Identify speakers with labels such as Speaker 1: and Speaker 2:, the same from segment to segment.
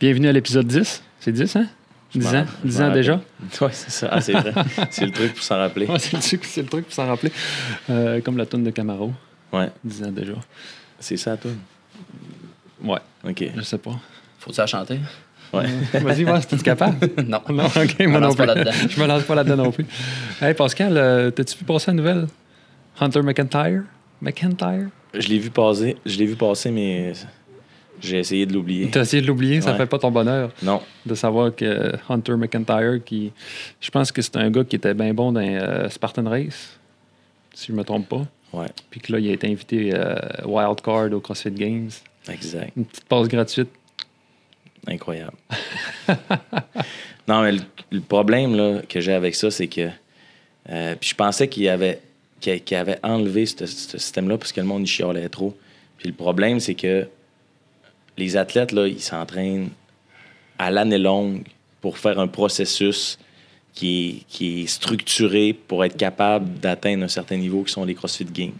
Speaker 1: Bienvenue à l'épisode 10. C'est 10, hein?
Speaker 2: Je
Speaker 1: 10
Speaker 2: m'en-
Speaker 1: ans,
Speaker 2: je
Speaker 1: 10
Speaker 2: m'en
Speaker 1: ans déjà.
Speaker 2: Oui, c'est ça. Ah, c'est vrai. c'est le truc pour s'en rappeler.
Speaker 1: Ouais, c'est le truc, c'est le truc pour s'en rappeler. Euh, comme la tonne de Camaro,
Speaker 2: Ouais,
Speaker 1: 10 ans déjà.
Speaker 2: c'est ça, toi.
Speaker 1: Ouais,
Speaker 2: OK.
Speaker 1: je sais pas.
Speaker 3: Faut-tu la chanter?
Speaker 2: Ouais.
Speaker 1: Vas-y, voir si t'es capable.
Speaker 3: non.
Speaker 1: Non, ok,
Speaker 3: Je me
Speaker 1: moi non
Speaker 3: lance
Speaker 1: plus.
Speaker 3: pas là-dedans.
Speaker 1: Je me lance pas là-dedans non plus. Hey, Pascal, euh, t'as-tu vu passer la nouvelle? Hunter McIntyre? McIntyre?
Speaker 2: Je l'ai vu passer, je l'ai vu passer, mais j'ai essayé de l'oublier.
Speaker 1: T'as essayé de l'oublier, ça
Speaker 2: Ouais.
Speaker 1: fait pas ton bonheur.
Speaker 2: Non.
Speaker 1: de savoir que Hunter McIntyre, qui, je pense que c'est un gars qui était bien bon dans euh, Spartan Race, si je me trompe pas.
Speaker 2: Ouais,
Speaker 1: Puis que là, il a été invité euh, wildcard au CrossFit Games.
Speaker 2: exact.
Speaker 1: Une petite passe gratuite.
Speaker 2: Incroyable. non, mais le, le problème là, que j'ai avec ça, c'est que. euh, puis je pensais qu'il avait, qu'il qu'il avait enlevé ce, ce système-là parce que le monde y chialait trop. Puis le problème, c'est que les athlètes, là, ils s'entraînent à l'année longue pour faire un processus qui est, qui est structuré pour être capable d'atteindre un certain niveau qui sont les CrossFit Games.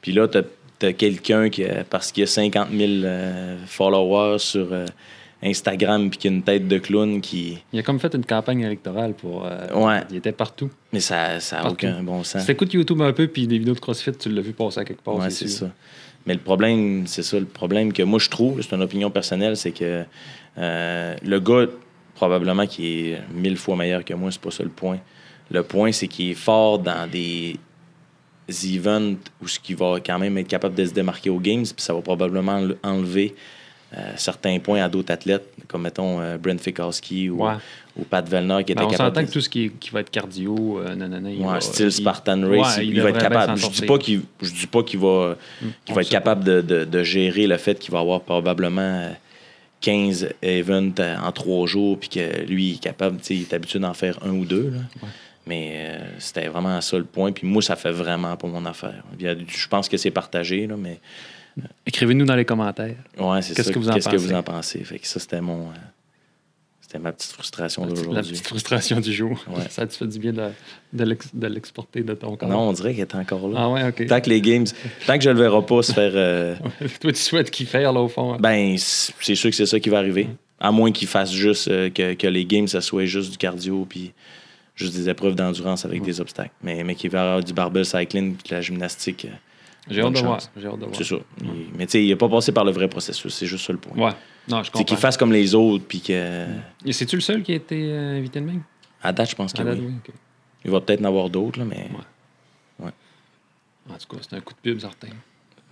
Speaker 2: Puis là, t'as as, quelqu'un qui, a- parce qu'il a 50 000 euh, followers sur euh, Instagram puis qui a une tête de clown qui.
Speaker 1: Il a comme fait une campagne électorale pour. euh,
Speaker 2: Ouais.
Speaker 1: Il était partout.
Speaker 2: Mais ça n'a
Speaker 1: Partout.
Speaker 2: aucun bon
Speaker 1: Si
Speaker 2: sens.
Speaker 1: t'écoutes YouTube un peu puis des vidéos de CrossFit, tu l'as vu passer à quelque part.
Speaker 2: Ouais, c'est ça. Mais le problème, c'est ça, le problème que moi je trouve, c'est une opinion personnelle, c'est que euh, le gars, probablement qui est mille fois meilleur que moi, c'est pas ça le point. Le point, c'est qu'il est fort dans des events où ce qui va quand même être capable de se démarquer aux games, puis ça va probablement enle- enlever euh, certains points à d'autres athlètes, comme mettons euh, Brent Fikowski ou,
Speaker 1: Ouais.
Speaker 2: ou Pat Velner qui était
Speaker 1: Ben, on
Speaker 2: capable
Speaker 1: s'entend
Speaker 2: de-
Speaker 1: que tout ce qui, est- qui va être cardio, euh, nanana, il
Speaker 2: Ouais,
Speaker 1: va-
Speaker 2: style
Speaker 1: il-
Speaker 2: Spartan
Speaker 1: Ouais,
Speaker 2: Race, il, va
Speaker 1: devrait
Speaker 2: être
Speaker 1: bien
Speaker 2: capable.
Speaker 1: s'en
Speaker 2: Je
Speaker 1: sortir.
Speaker 2: dis pas qu'il, je dis pas qu'il va, qu'il
Speaker 1: on
Speaker 2: va
Speaker 1: le
Speaker 2: être
Speaker 1: sait pas.
Speaker 2: capable de, de- de gérer le fait qu'il va avoir probablement euh, 15 events euh, en trois jours, puis que lui il est capable, tu sais, il est habitué d'en faire un ou deux. là. Mais euh, c'était vraiment ça le point. Puis moi, ça fait vraiment pas mon affaire. Il y a- Je pense que c'est partagé, là, mais
Speaker 1: Écrivez-nous dans les commentaires.
Speaker 2: ouais, c'est
Speaker 1: Qu'est-ce
Speaker 2: ça.
Speaker 1: que vous en
Speaker 2: Qu'est-ce que vous
Speaker 1: pensez?
Speaker 2: en pensez? Fait que ça, c'était mon. euh, c'était ma petite frustration
Speaker 1: La
Speaker 2: d'aujourd'hui.
Speaker 1: petite frustration du jour.
Speaker 2: Ouais.
Speaker 1: Ça te fait du bien de, de l'ex- de l'exporter de ton corps.
Speaker 2: Non, on dirait qu'elle est encore là.
Speaker 1: Ah ouais, ok.
Speaker 2: Tant que les games, tant que je le verrai pas se faire. euh,
Speaker 1: Toi, tu souhaites qu'il fasse, là, au fond. hein.
Speaker 2: Ben, c- c'est sûr que c'est ça qui va arriver. À moins qu'ils fassent juste euh, que, que les games, ça soit juste du cardio puis juste des épreuves d'endurance avec des obstacles. Mais, mais qu'il va y avoir du barbell cycling puis de la gymnastique, euh,
Speaker 1: J'ai
Speaker 2: bonne
Speaker 1: hâte de voir.
Speaker 2: chance.
Speaker 1: J'ai hâte de voir.
Speaker 2: c'est ça. Il- mais tu sais, il n'est pas passé par le vrai processus. C'est juste ça le point.
Speaker 1: Ouais. Non, je
Speaker 2: C'est qu'il
Speaker 1: comprends. Mm.
Speaker 2: fasse comme les autres puis que.
Speaker 1: Et C'est-tu le seul qui a été euh, invité de même?
Speaker 2: À date, je pense que
Speaker 1: À date,
Speaker 2: Ah oui.
Speaker 1: oui, ok.
Speaker 2: Il va peut-être en avoir d'autres, là, mais.
Speaker 1: En tout cas, c'est un coup de pub certain.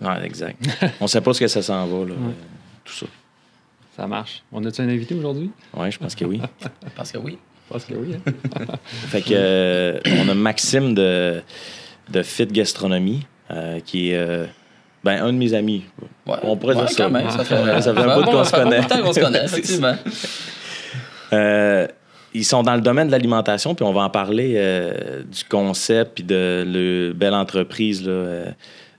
Speaker 2: Ouais, exact. On sait pas ce que ça s'en va, là. euh, Tout ça.
Speaker 1: Ça marche. On a-tu un invité aujourd'hui?
Speaker 2: Ouais, je pense que oui.
Speaker 3: Parce que oui.
Speaker 1: Je pense que oui. hein.
Speaker 2: Fait que euh, on a Maxime de, de Fit Gastronomie euh, qui est euh, ben, un de mes amis.
Speaker 3: Ouais.
Speaker 2: On pourrait
Speaker 3: Ouais,
Speaker 2: dire ça.
Speaker 3: quand même,
Speaker 2: Ça
Speaker 3: ça fait,
Speaker 2: fait un bout qu'on se
Speaker 3: ça fait
Speaker 2: connaît.
Speaker 3: un bout de temps qu'on se connaît,
Speaker 2: C'est ça.
Speaker 3: effectivement.
Speaker 2: Euh, ils sont dans le domaine de l'alimentation, puis on va en parler euh, du concept puis de la belle entreprise là, euh,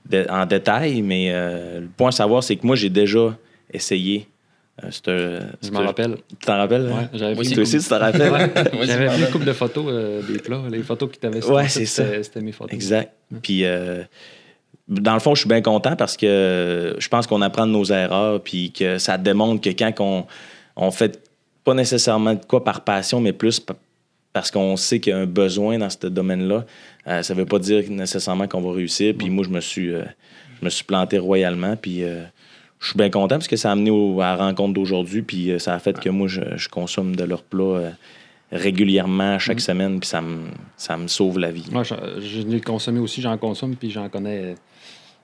Speaker 2: de- en détail. Mais euh, le point à savoir, c'est que moi, j'ai déjà essayé. euh, c'est un-
Speaker 1: Je
Speaker 2: c'est
Speaker 1: m'en
Speaker 2: un-
Speaker 1: rappelle.
Speaker 2: Tu t'en rappelles?
Speaker 1: Ouais,
Speaker 2: hein?
Speaker 1: j'avais
Speaker 3: Moi
Speaker 1: pris,
Speaker 2: Toi aussi, tu t'en rappelles? hein?
Speaker 3: Moi,
Speaker 1: j'avais
Speaker 3: c'est
Speaker 1: pris une
Speaker 3: pas
Speaker 1: couple de photos euh, des plats. Les photos qui t'avaient
Speaker 2: Ouais,
Speaker 1: sorti,
Speaker 2: c'est ça.
Speaker 1: c'était- C'était mes photos.
Speaker 2: Exact. Puis, euh, dans le fond, je suis bien content parce que euh, je pense qu'on apprend de nos erreurs, puis que ça démontre que quand on, on fait pas nécessairement de quoi par passion, mais plus pa- parce qu'on sait qu'il y a un besoin dans ce domaine-là, euh, ça veut pas dire nécessairement qu'on va réussir. Puis moi, je me suis, euh, je me suis planté royalement, puis euh, je suis bien content parce que ça a amené au- à la rencontre d'aujourd'hui, puis euh, ça a fait que moi, je, je consomme de leurs plats euh, régulièrement chaque semaine, puis ça me, ça me sauve la vie.
Speaker 1: Moi, je, je l'ai consommé aussi, j'en consomme, puis j'en connais. euh,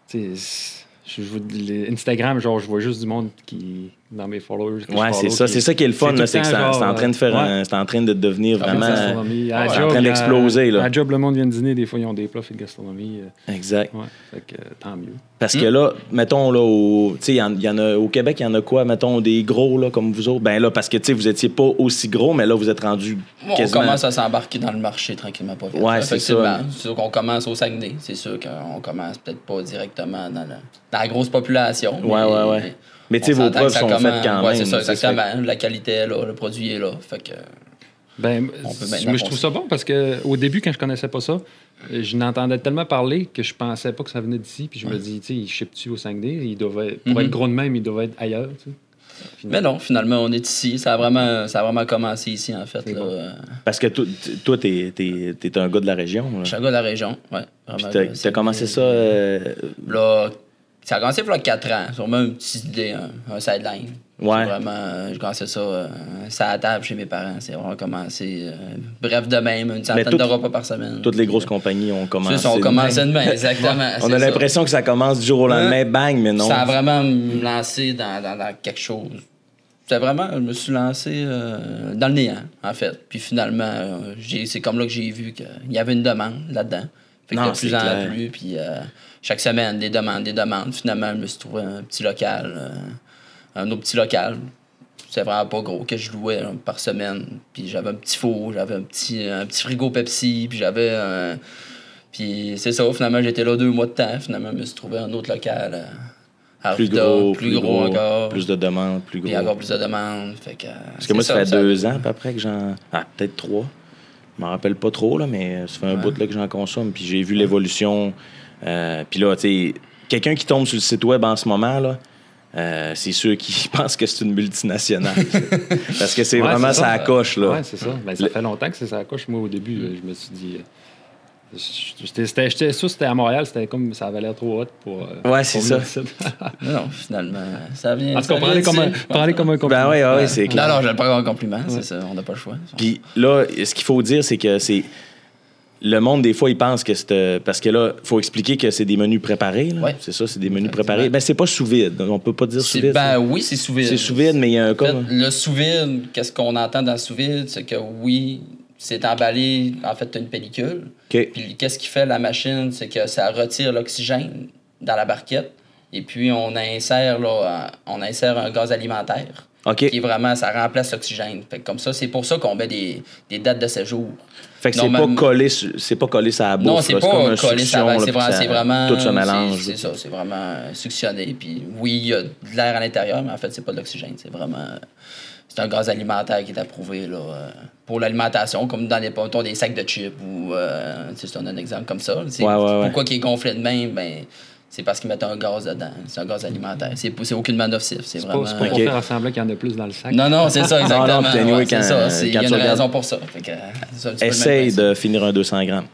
Speaker 1: tu sais, je- je vois de- les- Instagram, genre, je vois juste du monde qui. dans mes followers. que je
Speaker 2: Ouais, c'est
Speaker 1: follow,
Speaker 2: ça.
Speaker 1: qui-
Speaker 2: C'est ça qui est le fun,
Speaker 1: tout
Speaker 2: là,
Speaker 1: le
Speaker 2: c'est que
Speaker 1: temps,
Speaker 2: c'est en-
Speaker 1: genre,
Speaker 2: c'est en train de faire,
Speaker 1: ouais.
Speaker 2: un- c'est en train de devenir
Speaker 1: Ah,
Speaker 2: vraiment.
Speaker 1: gastronomie, à
Speaker 3: ouais,
Speaker 1: job,
Speaker 3: en
Speaker 2: train
Speaker 1: à-
Speaker 2: d'exploser, là.
Speaker 1: À job, le monde vient de dîner, des fois, ils ont des plats faits de gastronomie. euh,
Speaker 2: Exact.
Speaker 1: ouais, fait que euh, tant mieux.
Speaker 2: Parce
Speaker 3: Hmm.
Speaker 2: que là, mettons là, au, tu sais, il y en- il y en a au Québec, il y en a quoi, mettons des gros là comme vous autres. Ben là, parce que tu sais, vous étiez pas aussi gros, mais là vous êtes rendu
Speaker 3: Bon, on
Speaker 2: quasiment.
Speaker 3: commence à s'embarquer dans le marché tranquillement, pas vite.
Speaker 2: Ouais, c'est ça.
Speaker 3: Effectivement. C'est sûr qu'on commence au Saguenay. C'est sûr qu'on commence peut-être pas directement dans, le- dans la grosse population.
Speaker 2: Ouais, ouais, ouais. Mais tu sais,
Speaker 3: on
Speaker 2: vos
Speaker 3: s'entend
Speaker 2: preuves
Speaker 3: que ça
Speaker 2: sont
Speaker 3: commence-
Speaker 2: faites quand
Speaker 3: ouais,
Speaker 2: même,
Speaker 3: c'est ça,
Speaker 2: là, ça se fait-
Speaker 3: exactement. La qualité est là, le produit est là. Fait que,
Speaker 1: Ben,
Speaker 3: On peut
Speaker 1: c-
Speaker 3: maintenant
Speaker 1: mais je trouve ça bon parce que au début, quand je connaissais pas ça, euh, je n'entendais tellement parler que je pensais pas que ça venait d'ici. Puis je me dis, tu sais, ils chipent-tu au 5D? Ils doivent, être- pour
Speaker 3: Mhm.
Speaker 1: être gros de même, ils doivent être ailleurs. tu sais.
Speaker 3: Mais non, finalement, on est ici. Ça a vraiment, ça a vraiment commencé ici, en fait. Là. Euh,
Speaker 2: Parce que to- t- toi, t'es es, un gars de la région. là.
Speaker 3: Je suis un gars de la région. Ouais,
Speaker 2: Puis
Speaker 3: vraiment,
Speaker 2: t'as-
Speaker 3: là,
Speaker 2: t'as
Speaker 3: c'est-
Speaker 2: commencé ça. euh,
Speaker 3: Là, ça a commencé il y a 4 ans. Sûrement une petite idée, un, un sideline.
Speaker 2: Ouais.
Speaker 3: C'est Vraiment, euh, j'ai commencé ça, euh, ça à la table chez mes parents. C'est vraiment commencé. euh, bref, de même, une centaine
Speaker 2: toutes-
Speaker 3: de repas par semaine.
Speaker 2: euh, toutes les grosses compagnies ont
Speaker 3: C'est
Speaker 2: commencé.
Speaker 3: ça, on commençait demain, exactement.
Speaker 2: On
Speaker 3: c'est
Speaker 2: a
Speaker 3: ça.
Speaker 2: l'impression que ça commence du jour au lendemain,
Speaker 3: Hein?
Speaker 2: bang, mais non.
Speaker 3: Ça a vraiment me lancé dans, dans- dans quelque chose. C'est vraiment, je me suis lancé euh, dans le néant, en fait. Puis finalement, euh, j'ai- c'est comme là que j'ai vu qu'il y avait une demande là-dedans. Fait que
Speaker 2: Non,
Speaker 3: de plus
Speaker 2: c'est
Speaker 3: en
Speaker 2: clair.
Speaker 3: plus, puis euh, chaque semaine, des demandes, des demandes. Finalement, je me suis trouvé un petit local, euh, un autre petit local. C'est vraiment pas gros que je louais là, par semaine. Puis j'avais un petit four, j'avais un petit, un petit frigo Pepsi, puis j'avais un... Puis c'est ça, finalement, j'étais là deux mois de temps. Finalement, je me suis trouvé un autre local euh, à
Speaker 2: plus
Speaker 3: Arvida,
Speaker 2: gros,
Speaker 3: plus, gros, encore.
Speaker 2: Plus de demandes, plus gros.
Speaker 3: Puis encore plus de demandes. Fait que, euh,
Speaker 2: Parce
Speaker 3: c'est
Speaker 2: que moi, ça, fait
Speaker 3: ça.
Speaker 2: deux ans à peu près que j'en. Ah, peut-être trois. Je m'en rappelle pas trop, là, mais ça fait un bout là, que j'en consomme. Puis j'ai vu l'évolution. Euh, puis là, tu sais, quelqu'un qui tombe sur le site web en ce moment, là, euh, c'est sûr qu'il pense que c'est une multinationale. Parce que c'est
Speaker 1: Ouais,
Speaker 2: vraiment
Speaker 1: c'est
Speaker 2: ça à coche, là.
Speaker 1: Ouais, c'est ça. Ben, ça
Speaker 2: Le- Mhm.
Speaker 1: fait longtemps que c'est ça à coche. Moi, au début, euh, je me suis dit. euh, J'étais c'était- j'étais sûr que c'était à Montréal, c'était comme ça avait l'air trop hot pour. euh,
Speaker 2: Ouais, c'est
Speaker 1: pour venir
Speaker 2: ça.
Speaker 1: ici.
Speaker 3: Non, non, finalement, ça vient.
Speaker 1: en tout cas, prends-les comme, un- prends-les comme un compliment.
Speaker 2: Ben oui, oui, c'est
Speaker 3: c'est
Speaker 2: clair.
Speaker 3: Non, non, je le prends comme un compliment, c'est ça, on n'a pas le choix.
Speaker 2: Puis là, ce qu'il faut dire, c'est que c'est. Le monde, des fois, il pense que c'est. euh, Parce que là, faut expliquer que c'est des menus préparés. là.
Speaker 3: Ouais.
Speaker 2: C'est ça, c'est des menus
Speaker 3: Effectivement.
Speaker 2: préparés. Ben, c'est pas sous vide. On peut pas dire sous
Speaker 3: C'est-
Speaker 2: vide.
Speaker 3: ben
Speaker 2: ça.
Speaker 3: oui, c'est sous vide.
Speaker 2: C'est sous vide, mais il y a un
Speaker 3: En fait,
Speaker 2: Euh, comme.
Speaker 3: le sous-vide, qu'est-ce qu'on entend dans le sous-vide, c'est que oui, c'est emballé, en fait, t'as une pellicule.
Speaker 2: OK.
Speaker 3: Puis qu'est-ce qui fait la machine, c'est que ça retire l'oxygène dans la barquette. Et puis on insère là, un- on insère un gaz alimentaire.
Speaker 2: OK.
Speaker 3: Qui est vraiment, ça remplace l'oxygène. Fait que Comme ça, c'est pour ça qu'on met des, des dates de séjour.
Speaker 2: Fait que c'est pas
Speaker 3: Normalement-
Speaker 2: collé, sur- c'est pas collé ça la bouffe.
Speaker 3: Non, c'est
Speaker 2: là. comme
Speaker 3: pas
Speaker 2: un
Speaker 3: collé
Speaker 2: succion,
Speaker 3: ça va,
Speaker 2: là,
Speaker 3: c'est
Speaker 2: puis
Speaker 3: vraiment,
Speaker 2: ça-
Speaker 3: c'est vraiment-
Speaker 2: Tout se
Speaker 3: c'est-
Speaker 2: mélange.
Speaker 3: C'est ça, c'est vraiment euh, succionné. Puis oui, il y a de l'air à l'intérieur, mais en fait, c'est pas de l'oxygène. C'est vraiment. euh, C'est un gaz alimentaire qui est approuvé là, euh, pour l'alimentation, comme dans les mettons, des sacs de chips ou. euh, tu sais, je te donne un exemple comme ça. C'est-
Speaker 2: Ouais, ouais, ouais.
Speaker 3: Pourquoi qu'il est gonflé de même? Ben, c'est parce qu'ils mettent un gaz dedans. C'est un gaz alimentaire. C'est c'est aucunement nocif. C'est
Speaker 1: C'est pas,
Speaker 3: vraiment.
Speaker 1: c'est pas pour
Speaker 2: Ok.
Speaker 1: faire semblant qu'il y en a plus dans le sac.
Speaker 3: Non, non, c'est ça, exactement.
Speaker 2: non, puis anyway,
Speaker 3: Ouais, c'est
Speaker 2: quand-
Speaker 3: ça. c'est- Il y
Speaker 2: quand
Speaker 3: a
Speaker 2: tu
Speaker 3: une
Speaker 2: regardes-
Speaker 3: raison pour ça. Fait que, euh, c'est un petit peu le même
Speaker 2: Essaye
Speaker 3: principe.
Speaker 2: de finir un 200 grammes.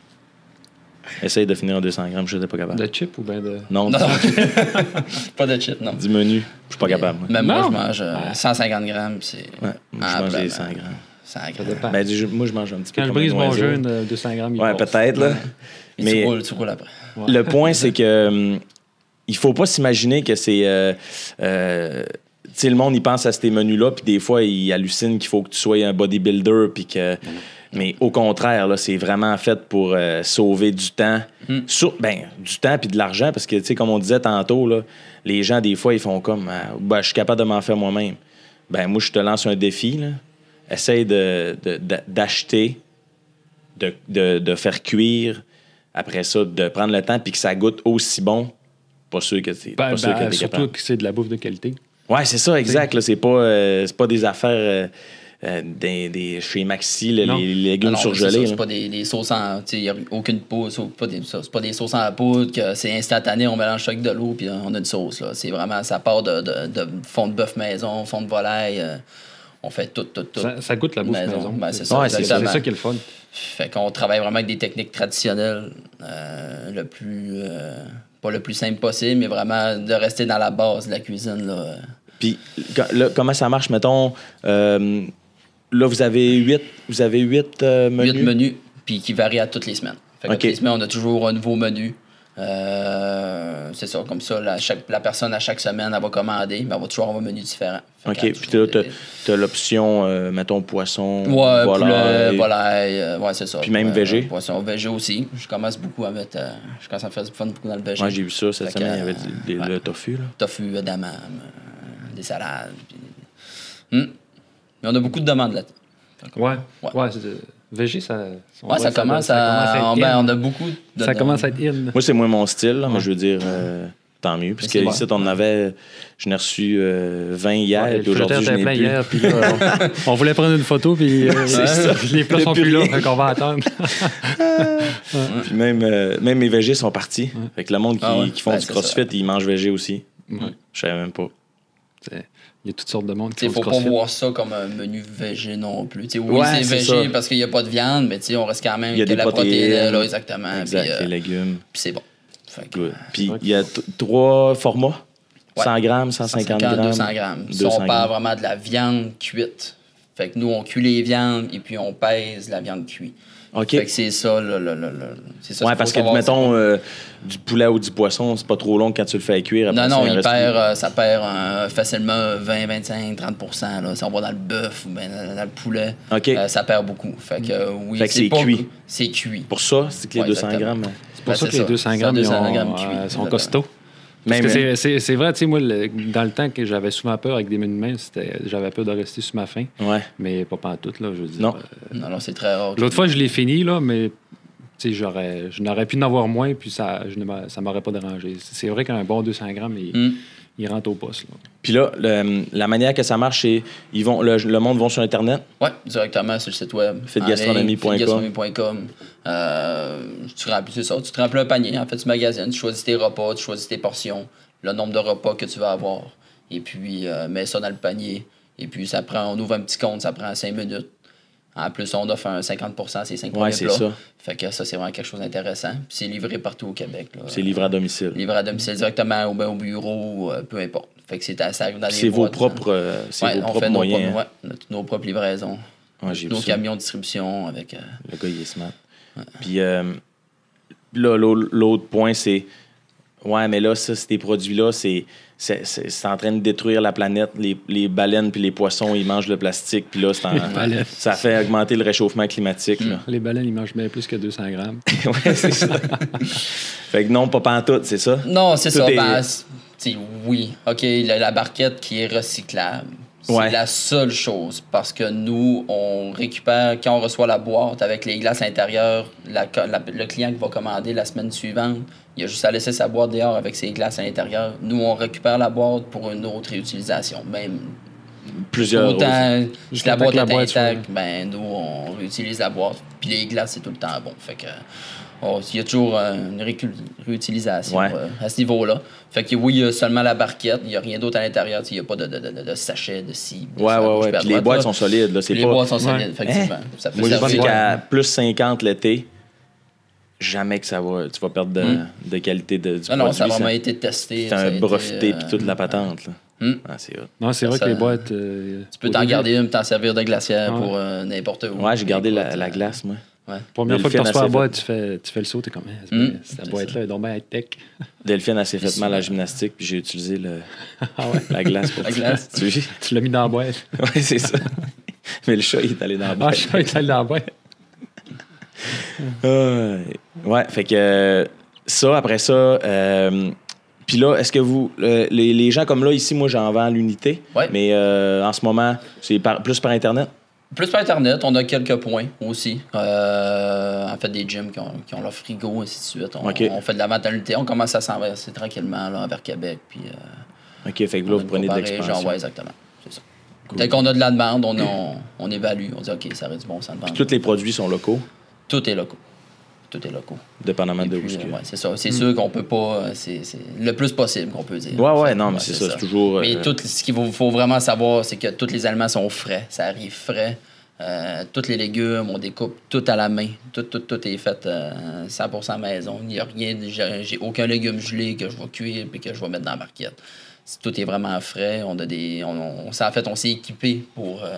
Speaker 2: Essaye de finir un 200 grammes, je sais pas capable.
Speaker 1: De chip ou bien de.
Speaker 2: Non,
Speaker 3: Non, non. pas de chips, non.
Speaker 2: du menu, je suis pas capable. moi.
Speaker 3: Même
Speaker 1: Non.
Speaker 3: Ah ben, moi, je mange euh, 150 grammes. puis C'est...
Speaker 2: Ouais, moi, je
Speaker 3: Ah,
Speaker 2: mange
Speaker 3: ben,
Speaker 2: des
Speaker 3: ben,
Speaker 2: 100 grammes.
Speaker 3: 100
Speaker 1: Ça
Speaker 3: grammes.
Speaker 1: dépend.
Speaker 2: Ben, du- moi, je mange un petit peu.
Speaker 1: Quand je
Speaker 2: comme un
Speaker 1: brise mon
Speaker 2: oiseau.
Speaker 1: jeûne, euh, 200 grammes, il
Speaker 2: Ouais,
Speaker 1: passe.
Speaker 2: peut-être, là.
Speaker 3: Et
Speaker 2: Mais-
Speaker 3: tu roules, tu roules après.
Speaker 2: Le point, c'est que hum, il faut pas s'imaginer que c'est. euh, euh, tu sais, le monde, il pense à ces menus-là, puis des fois, il hallucine qu'il faut que tu sois un bodybuilder, puis que. Mais au contraire, là, c'est vraiment fait pour euh, sauver du temps. Sur, ben, du temps puis de l'argent, parce que, tu sais, comme on disait tantôt, là, les gens, des fois, ils font comme Ah, ben, je suis capable de m'en faire moi-même. Ben, moi, je te lance un défi, là. Essaye de- de- d'a- d'acheter de, de- de faire cuire, après ça, de prendre le temps, puis que ça goûte aussi bon. Pas sûr que t'es
Speaker 1: Ben,
Speaker 2: pas sûr
Speaker 1: ben,
Speaker 2: que t'es
Speaker 1: surtout
Speaker 2: capable.
Speaker 1: que c'est de la bouffe de qualité.
Speaker 2: Ouais, c'est ça, exact. là, C'est pas, euh, c'est pas des affaires euh, euh, des, des- chez Maxi, là,
Speaker 1: Non.
Speaker 2: les légumes
Speaker 3: Ah Non, non, c'est
Speaker 2: surgelés.
Speaker 3: ça,
Speaker 2: là.
Speaker 3: C'est pas des, des sauces en. Tu sais, y a aucune poudre. C'est pas des, ça, c'est pas des sauces en poudre, que c'est instantané, on mélange ça avec de l'eau, puis euh, on a une sauce. Là. C'est vraiment. Ça part de, de, de fond de bœuf maison, fond de volaille. euh, on fait tout, tout, tout.
Speaker 1: Ça, ça goûte la bouffe
Speaker 3: Maison.
Speaker 1: maison.
Speaker 3: Ben, c'est ça,
Speaker 2: Ouais,
Speaker 1: c'est
Speaker 3: exactement.
Speaker 1: ça qui est le fun.
Speaker 3: Fait qu'on travaille vraiment avec des techniques traditionnelles, euh, le plus. euh, pas le plus simple possible, mais vraiment de rester dans la base de la cuisine. Là. euh.
Speaker 2: Puis quand- là, comment ça marche, mettons, euh, là, vous avez huit, vous avez huit euh, menus.
Speaker 3: Huit menus, puis qui varient à toutes les semaines. Fait que
Speaker 2: Ok.
Speaker 3: toutes les semaines, on a toujours un nouveau menu. Euh, c'est ça, comme ça, la, chaque, la personne à chaque semaine, elle va commander, mais elle va toujours avoir un menu différent. Fait
Speaker 2: OK,
Speaker 3: qu'elle a
Speaker 2: puis
Speaker 3: toujours
Speaker 2: là, t'as-
Speaker 3: des-
Speaker 2: t'as l'option, euh, mettons, poisson,
Speaker 3: Ouais,
Speaker 2: volaille.
Speaker 3: poulet, volaille, euh, ouais, c'est ça. Euh,
Speaker 2: Puis même végé.
Speaker 3: Poisson, végé aussi. Je commence beaucoup à mettre. euh, je commence à faire du fun beaucoup dans le végé.
Speaker 2: Ouais, j'ai vu ça cette
Speaker 3: Fait que,
Speaker 2: semaine, il y avait
Speaker 3: euh,
Speaker 2: des-
Speaker 3: ouais.
Speaker 2: le tofu, là.
Speaker 3: tofu, edamame, euh, des salades. puis- Hmm. Mais on a beaucoup de demandes là-dedans.
Speaker 1: Ouais.
Speaker 3: Ouais.
Speaker 1: Ouais, c'est- euh, VG, ça. on
Speaker 3: Ouais,
Speaker 1: voit
Speaker 3: ça,
Speaker 1: que
Speaker 3: commence
Speaker 1: ça
Speaker 3: à.
Speaker 1: commence
Speaker 3: on,
Speaker 1: être
Speaker 3: ben,
Speaker 1: in.
Speaker 3: on a beaucoup de.
Speaker 1: Ça
Speaker 3: de-
Speaker 1: commence à être in.
Speaker 2: Moi, c'est moins mon style, là, mais je veux dire, euh, tant mieux. Parce que
Speaker 3: c'est bon.
Speaker 2: ici, on en avait, je n'ai reçu euh, 20 hier,
Speaker 1: Ouais,
Speaker 2: et
Speaker 1: le
Speaker 2: aujourd'hui,
Speaker 1: flotteur
Speaker 2: je
Speaker 1: était
Speaker 2: n'ai
Speaker 1: plein
Speaker 2: plus.
Speaker 1: hier, puis là, on, on voulait prendre une photo, puis euh,
Speaker 2: C'est ça.
Speaker 1: les plats
Speaker 2: Il y a
Speaker 1: sont
Speaker 2: plus
Speaker 1: plus là,
Speaker 2: rien.
Speaker 1: donc on va attendre.
Speaker 2: Puis même, euh, même mes végés sont partis. Fait que le monde qui,
Speaker 3: Ah ouais.
Speaker 2: qui font
Speaker 3: Ben,
Speaker 2: du
Speaker 3: c'est
Speaker 2: crossfit, ils mangent végé aussi. Je savais même pas.
Speaker 1: C'est- Il y a toutes sortes de monde qui
Speaker 3: Il
Speaker 1: font
Speaker 3: faut
Speaker 1: du
Speaker 3: pas
Speaker 1: CrossFit.
Speaker 3: voir ça comme un menu végé non plus. T'sais, oui,
Speaker 2: Ouais,
Speaker 3: c'est
Speaker 2: c'est
Speaker 3: végé
Speaker 2: ça.
Speaker 3: parce qu'il n'y a pas de viande, mais t'sais, on reste quand même
Speaker 2: Il y a
Speaker 3: que
Speaker 2: des
Speaker 3: la protéine,
Speaker 2: protéines.
Speaker 3: là, exactement.
Speaker 2: Exact,
Speaker 3: Puis, euh,
Speaker 2: les légumes.
Speaker 3: puis c'est bon. Fait que,
Speaker 2: Good. Puis
Speaker 1: vrai que
Speaker 2: il y a t- trois formats.
Speaker 3: Ouais.
Speaker 2: 100 grammes, 150 grammes.
Speaker 3: 200 grammes. Ça,
Speaker 2: 200
Speaker 3: on
Speaker 2: grammes.
Speaker 3: part vraiment de la viande cuite. Fait que nous, on cuit les viandes et puis on pèse la viande cuite.
Speaker 2: OK.
Speaker 3: Fait que c'est ça, là, là, là, là. C'est ça
Speaker 2: ouais,
Speaker 3: qu'il
Speaker 2: parce
Speaker 3: faut
Speaker 2: que,
Speaker 3: savoir.
Speaker 2: mettons, euh, du poulet ou du poisson, c'est pas trop long quand tu le fais cuire. après
Speaker 3: Non,
Speaker 2: ça,
Speaker 3: non, il
Speaker 2: reste
Speaker 3: perd,
Speaker 2: plus.
Speaker 3: euh, ça perd euh, facilement 20, 25, 30 là. Si on va dans le bœuf ou ben dans, dans le poulet,
Speaker 2: OK.
Speaker 3: euh, ça perd beaucoup. Fait que, euh, oui,
Speaker 2: Fait que c'est
Speaker 3: pas-
Speaker 2: cuit.
Speaker 3: C'est cuit.
Speaker 2: Pour ça, c'est que les
Speaker 3: Ouais,
Speaker 2: 200
Speaker 3: exactement.
Speaker 2: grammes. euh,
Speaker 1: C'est pour
Speaker 3: Ben,
Speaker 1: ça que
Speaker 3: c'est
Speaker 1: les
Speaker 3: ça.
Speaker 1: 200
Speaker 3: C'est
Speaker 1: grammes,
Speaker 3: un
Speaker 1: ils
Speaker 3: 200
Speaker 1: ont,
Speaker 3: grammes cuits,
Speaker 1: euh, sont
Speaker 3: exactement.
Speaker 1: costauds. Parce
Speaker 2: Même-
Speaker 1: que c'est- c'est c'est vrai, tu sais, moi, le- dans le temps que j'avais souvent peur avec des menus de main, c'était- j'avais peur de rester sur ma faim,
Speaker 2: Ouais.
Speaker 1: mais pas pantoute, là, je veux dire.
Speaker 2: Non.
Speaker 3: Non, non, c'est très rare.
Speaker 1: L'autre fois, je l'ai fini, là, mais tu sais, j'aurais, je n'aurais pu en avoir moins, puis ça je ne m'a- ça m'aurait pas dérangé. C'est c'est vrai qu'un bon 200 grammes, il,
Speaker 3: Hum.
Speaker 1: il rentre au poste. là.
Speaker 2: Puis là, le- la manière que ça marche, c'est ils vont, le, le monde va sur Internet.
Speaker 3: Oui, directement sur le site web.
Speaker 2: Fitgastronomie.com.
Speaker 3: En ligne, fitgastronomie.com. Euh, tu remplis c'est ça, tu te remplis un panier, en fait, tu magasines, tu choisis tes repas, tu choisis tes portions, le nombre de repas que tu vas avoir, et puis euh, mets ça dans le panier, et puis ça prend, on ouvre un petit compte, ça prend 5 minutes. En plus, on offre un 50 ces 5
Speaker 2: Ouais,
Speaker 3: premiers
Speaker 2: c'est
Speaker 3: plats.
Speaker 2: ça.
Speaker 3: Fait que ça, c'est vraiment quelque chose d'intéressant. Puis c'est livré partout au Québec. là.
Speaker 2: C'est livré à domicile.
Speaker 3: Livré à domicile directement au, ben, au bureau, euh, peu importe. Fait que c'est à ça arrive dans les
Speaker 2: C'est vos
Speaker 3: boîtes, hein.
Speaker 2: propres, euh, c'est
Speaker 3: Ouais,
Speaker 2: vos
Speaker 3: on
Speaker 2: propres
Speaker 3: fait nos
Speaker 2: moyens.
Speaker 3: propres-
Speaker 2: hein.
Speaker 3: ouais, notre- nos propres livraisons.
Speaker 2: Ouais, j'ai
Speaker 3: nos
Speaker 2: vu ça.
Speaker 3: camions de distribution avec. euh,
Speaker 2: Le gars, il est smart. Puis euh, là, l'au- l'autre point, c'est Ouais, mais là, ça, ces produits-là, c'est c'est- c'est- c'est en train de détruire la planète. Les, les baleines puis les poissons, ils mangent le plastique. Puis là, c'est en-
Speaker 1: baleines.
Speaker 2: ça fait augmenter le réchauffement climatique.
Speaker 3: Hmm.
Speaker 2: là.
Speaker 1: Les baleines, ils mangent bien plus que 200 grammes.
Speaker 2: Ouais, c'est ça. fait que non, pas pantoute, c'est ça?
Speaker 3: Non, c'est
Speaker 2: Tout
Speaker 3: ça.
Speaker 2: est-
Speaker 3: ben, c'est- t'sais, oui. OK, la, la barquette qui est recyclable. C'est
Speaker 2: Ouais.
Speaker 3: la seule chose parce que nous, on récupère, quand on reçoit la boîte avec les glaces intérieures, la co- la- le client qui va commander la semaine suivante, il a juste à laisser sa boîte dehors avec ses glaces à l'intérieur. Nous, on récupère la boîte pour une autre réutilisation. Même
Speaker 2: Plusieurs.
Speaker 3: autant si
Speaker 1: Jusqu'à
Speaker 3: la
Speaker 1: temps
Speaker 3: boîte
Speaker 1: que la
Speaker 3: est
Speaker 1: boîte soit-
Speaker 3: intacte, ben nous, on réutilise la boîte. Puis les glaces, c'est tout le temps bon. Fait que, oh, il y a toujours euh, une récu- réutilisation
Speaker 2: Ouais.
Speaker 3: euh, à ce niveau-là. Fait que oui, il y a seulement la barquette, il n'y a rien d'autre à l'intérieur. Il n'y a pas de, de, de, de- de sachet, de cible.
Speaker 2: Ouais, ouais, ouais. Puis les boîtes sont solides. Là. c'est
Speaker 3: solides. Les
Speaker 2: pas...
Speaker 3: boîtes sont
Speaker 1: Ouais.
Speaker 3: solides, effectivement.
Speaker 2: Hein?
Speaker 3: Ça peut
Speaker 2: Moi, je pense
Speaker 3: servir.
Speaker 2: qu'à plus 50 l'été, jamais que ça va. Tu vas perdre de, de qualité de, du
Speaker 3: Hmm. Non, non,
Speaker 2: produit.
Speaker 3: ça a vraiment
Speaker 2: ça-
Speaker 3: été testé.
Speaker 2: C'est
Speaker 3: ça a
Speaker 2: un
Speaker 3: été,
Speaker 2: breveté
Speaker 3: euh,
Speaker 2: puis toute la patente. Là.
Speaker 3: Hum.
Speaker 2: Ah, c'est hot.
Speaker 1: Non, c'est
Speaker 3: Ça,
Speaker 1: vrai que
Speaker 3: ça-
Speaker 1: les boîtes. euh,
Speaker 3: Tu peux
Speaker 1: au
Speaker 3: t'en
Speaker 1: début,
Speaker 3: garder une, t'en servir de glacière
Speaker 1: Ouais.
Speaker 3: pour euh, n'importe où.
Speaker 2: Ouais, j'ai gardé la,
Speaker 3: Écoute,
Speaker 2: la
Speaker 3: euh,
Speaker 2: glace, moi.
Speaker 3: ouais.
Speaker 1: Première fois
Speaker 2: Mais le
Speaker 1: que tu
Speaker 2: film
Speaker 1: reçois la
Speaker 2: assez
Speaker 1: boîte, tu fais, tu fais le saut, t'es comme, Eh, c'est
Speaker 3: Hum,
Speaker 1: bien, cette
Speaker 3: c'est
Speaker 1: boîte-là, elle doit bien être tech.
Speaker 2: Delphine a s'est fait
Speaker 3: C'est
Speaker 2: mal à la
Speaker 3: sûr.
Speaker 2: gymnastique, puis j'ai utilisé le,
Speaker 1: Ah ouais,
Speaker 2: la glace pour
Speaker 3: La
Speaker 2: ça.
Speaker 3: glace.
Speaker 2: Tu vois?
Speaker 1: tu l'as mis dans la boîte.
Speaker 2: Ouais, c'est ça. Mais le chat, il est allé dans la
Speaker 1: Ah,
Speaker 2: boîte.
Speaker 1: je suis allé dans la boîte.
Speaker 2: Ah, ouais, fait que euh, ça, après ça. euh, puis là, est-ce que vous. euh, les, les gens comme là, ici, moi, j'en vends l'unité.
Speaker 3: Ouais.
Speaker 2: Mais euh, en ce moment, c'est par- plus par Internet.
Speaker 3: Plus par Internet, on a quelques points aussi. Euh, en fait, des gyms qui ont, qui ont leur frigo, ainsi de suite. On,
Speaker 2: OK.
Speaker 3: on fait de la vente à l'unité. On commence à s'enverser tranquillement là, vers Québec. Puis, euh,
Speaker 2: OK, fait que
Speaker 3: on
Speaker 2: là,
Speaker 3: a
Speaker 2: vous
Speaker 3: une
Speaker 2: prenez de
Speaker 3: comparée, genre,
Speaker 2: l'expansion.
Speaker 3: ouais, exactement. C'est ça. Dès qu'on a de la demande, on, on, on évalue. On dit, OK, ça reste bon, ça le vend.
Speaker 2: Tous les produits sont locaux,
Speaker 3: Tout est locaux. Tout est locaux.
Speaker 2: dépendamment
Speaker 3: Et
Speaker 2: de où.
Speaker 3: puis,
Speaker 2: ce que- Hmm.
Speaker 3: euh, ouais, c'est ça. C'est sûr qu'on peut pas. euh, C'est c'est le plus possible qu'on peut dire.
Speaker 2: Ouais, ouais,
Speaker 3: En fait,
Speaker 2: non, mais c'est ça, c'est toujours,
Speaker 3: Mais
Speaker 2: euh,
Speaker 3: tout ce qu'il faut, faut vraiment savoir, c'est que tous les aliments sont frais. Ça arrive frais. Euh, tous les légumes, on découpe tout à la main. Tout, tout, tout est fait euh, 100% maison. Il n'y a rien. de- J'ai j'ai aucun légume gelé que je vais cuire puis que je vais mettre dans la barquette. C'est- Tout est vraiment frais. On a des. On, on- s'en- en fait, on s'est équipé pour. euh,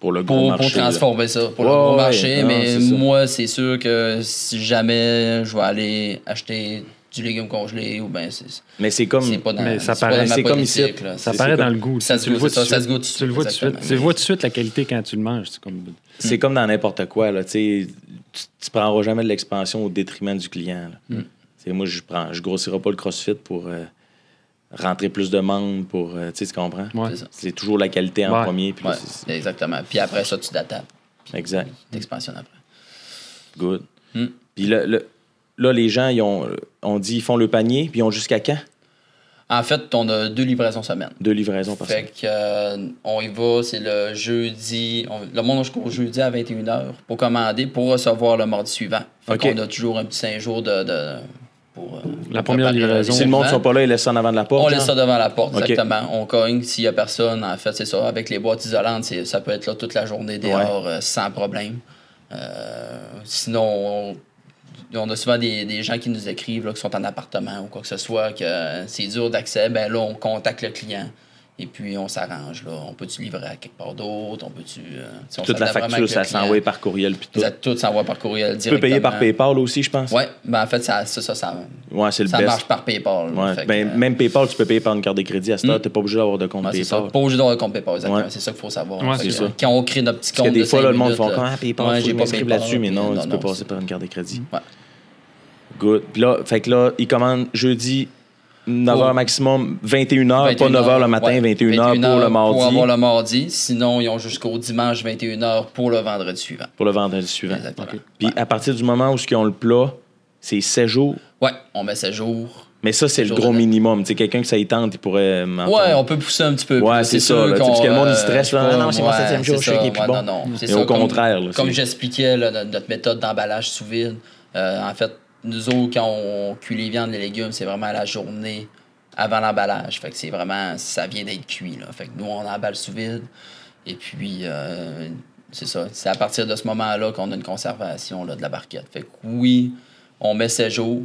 Speaker 2: Pour le gros
Speaker 3: pour,
Speaker 2: marché.
Speaker 3: pour
Speaker 2: là.
Speaker 3: transformer ça, pour le
Speaker 2: Ouais,
Speaker 3: gros
Speaker 2: ouais,
Speaker 3: marché.
Speaker 2: non,
Speaker 3: mais
Speaker 2: c'est ça.
Speaker 3: moi, c'est sûr que si jamais je vais aller acheter du légume congelé ou ben c'est
Speaker 2: Mais c'est comme.
Speaker 3: c'est pas dans
Speaker 1: Mais ça
Speaker 3: c'est pas
Speaker 1: paraît-
Speaker 3: dans ma
Speaker 2: c'est comme
Speaker 3: politique,
Speaker 2: ici.
Speaker 3: là.
Speaker 1: Ça
Speaker 2: C'est-
Speaker 1: paraît
Speaker 2: c'est
Speaker 1: dans
Speaker 2: comme-
Speaker 1: le goût.
Speaker 3: Ça
Speaker 1: tu-
Speaker 3: se
Speaker 1: tu le
Speaker 3: goûte,
Speaker 1: vois
Speaker 3: c'est
Speaker 1: tout
Speaker 3: ça,
Speaker 1: de
Speaker 3: ça se
Speaker 1: suite.
Speaker 3: goûte tout de
Speaker 1: Tu le vois tout de
Speaker 3: suite,
Speaker 1: suite. Tu le vois tout de suite, la qualité, quand tu le manges. C'est comme.
Speaker 2: C'est comme dans n'importe quoi. Là, tu sais, tu tu prendras jamais de l'expansion au détriment du client. là.
Speaker 3: Mm.
Speaker 2: Tu sais, Moi, je prends, je grossirai pas le CrossFit pour euh, rentrer plus de monde. Pour, euh, tu sais, tu comprends?
Speaker 1: Ouais.
Speaker 3: C'est ça.
Speaker 2: C'est toujours la qualité en
Speaker 1: Ouais.
Speaker 2: premier. Puis là,
Speaker 3: Ouais,
Speaker 2: c'est-
Speaker 3: exactement. Puis après ça, tu t'attaques,
Speaker 2: c'est- exact.
Speaker 3: t'expansionnes après.
Speaker 2: Good.
Speaker 3: Mm.
Speaker 2: Puis là, le- là, les gens, ils ont, on dit, ils font le panier, puis ils ont jusqu'à quand?
Speaker 3: En fait, on a deux livraisons semaine.
Speaker 2: Deux livraisons par
Speaker 3: Fait
Speaker 2: semaine.
Speaker 3: que, euh, on y va, c'est le jeudi. on- le monde a jusqu'au jeudi à 21h pour commander, pour recevoir le mardi suivant. Fait
Speaker 2: OK.
Speaker 3: qu'on a toujours un petit 5 jours de, de- pour. euh,
Speaker 1: La première
Speaker 3: préparer
Speaker 1: livraison.
Speaker 2: Si le monde ne sont pas là, ils laissent ça en avant de la porte.
Speaker 3: on laisse
Speaker 2: genre?
Speaker 3: ça devant la porte,
Speaker 2: OK.
Speaker 3: exactement. On cogne s'il n'y a personne. En fait, c'est ça. Avec les boîtes isolantes, c'est- ça peut être là toute la journée dehors euh, sans problème. Euh, sinon, on, on a souvent des, des gens qui nous écrivent là, qui sont en appartement ou quoi que ce soit, que c'est dur d'accès. Ben là, on contacte le client. Et puis, on s'arrange. là. On peut-tu livrer à quelque part d'autre? On peut-tu. euh, si on
Speaker 2: Toute la
Speaker 3: s'adapte vraiment
Speaker 2: facture,
Speaker 3: avec le
Speaker 2: ça
Speaker 3: client.
Speaker 2: s'envoie par courriel. Puis tout.
Speaker 3: euh, Vous êtes tous s'envoie par courriel
Speaker 2: Tu peux payer par PayPal aussi, je pense.
Speaker 3: Oui, ben en fait, ça, ça, ça, ça,
Speaker 2: Ouais, c'est le
Speaker 3: ça
Speaker 2: best.
Speaker 3: marche par PayPal. là.
Speaker 2: Ouais,
Speaker 3: Fait que,
Speaker 2: ben,
Speaker 3: euh,
Speaker 2: Même PayPal, tu peux payer par une carte de crédit. À ce stade,
Speaker 3: Mm.
Speaker 2: tu n'es pas obligé d'avoir de compte
Speaker 3: Ouais, c'est ça.
Speaker 2: PayPal.
Speaker 3: Pas obligé d'avoir un compte PayPal, exactement.
Speaker 2: Ouais.
Speaker 3: C'est ça qu'il faut savoir.
Speaker 1: Ouais,
Speaker 3: Fait
Speaker 1: c'est
Speaker 3: que,
Speaker 2: ça.
Speaker 3: euh, Quand on crée notre petit compte.
Speaker 2: Parce que des
Speaker 3: de
Speaker 2: fois,
Speaker 3: cinq
Speaker 2: là, le monde
Speaker 3: minutes,
Speaker 2: font
Speaker 3: là,
Speaker 2: comment ah, PayPal,
Speaker 3: ouais,
Speaker 2: faut
Speaker 3: j'ai
Speaker 2: que je
Speaker 3: pas
Speaker 2: m'inscrive
Speaker 3: PayPal,
Speaker 2: là-dessus, mais
Speaker 3: puis
Speaker 2: non, tu peux passer
Speaker 3: c'est-
Speaker 2: par une carte de crédit.
Speaker 3: Ouais.
Speaker 2: Good. Puis là, fait que là, ils commandent jeudi 9h
Speaker 3: Ouais.
Speaker 2: maximum, 21h,
Speaker 3: 21
Speaker 2: pas 9h le
Speaker 3: heures,
Speaker 2: matin,
Speaker 3: ouais.
Speaker 2: 21h
Speaker 3: 21
Speaker 2: pour le
Speaker 3: heures
Speaker 2: mardi,
Speaker 3: Pour
Speaker 2: pour,
Speaker 3: avoir le mardi. Sinon, ils ont jusqu'au dimanche 21h pour le vendredi suivant.
Speaker 2: le vendredi suivant.
Speaker 3: Exactement.
Speaker 1: ok.
Speaker 2: Puis à partir du moment où ils ont le plat, c'est 7 jours.
Speaker 3: Ouais, on met ça jour.
Speaker 2: Mais ça, c'est
Speaker 3: Sept
Speaker 2: le
Speaker 3: jours
Speaker 2: gros
Speaker 3: de-
Speaker 2: minimum. Tu sais, quelqu'un que ça y tente, il pourrait m'entendre.
Speaker 3: Ouais, on peut pousser un petit peu.
Speaker 2: Ah, Ouais,
Speaker 3: plus,
Speaker 2: c'est ça,
Speaker 3: sûr
Speaker 2: là, tu sais,
Speaker 3: qu'on,
Speaker 2: parce que le monde, il
Speaker 3: euh,
Speaker 2: stresse, là,
Speaker 3: je sais
Speaker 2: Ah non, c'est mon
Speaker 3: ouais,
Speaker 2: septième jour,
Speaker 3: c'est
Speaker 2: je sais
Speaker 3: ça,
Speaker 2: qu'il est plus
Speaker 3: ouais,
Speaker 2: bon.
Speaker 3: Non, non, c'est
Speaker 2: Mais
Speaker 3: ça,
Speaker 2: au
Speaker 3: comme-
Speaker 2: contraire, là,
Speaker 3: Comme
Speaker 2: c'est-
Speaker 3: j'expliquais, là, notre notre méthode d'emballage sous vide, euh, en fait, nous autres, quand on cuit les viandes, les légumes, c'est vraiment la journée avant l'emballage. Fait que c'est vraiment, ça vient d'être cuit, là. Fait que nous, on emballe sous vide. Et puis, euh, c'est ça. C'est à partir de ce moment-là qu'on a une conservation là, de la barquette. Fait que oui, on met 7 jours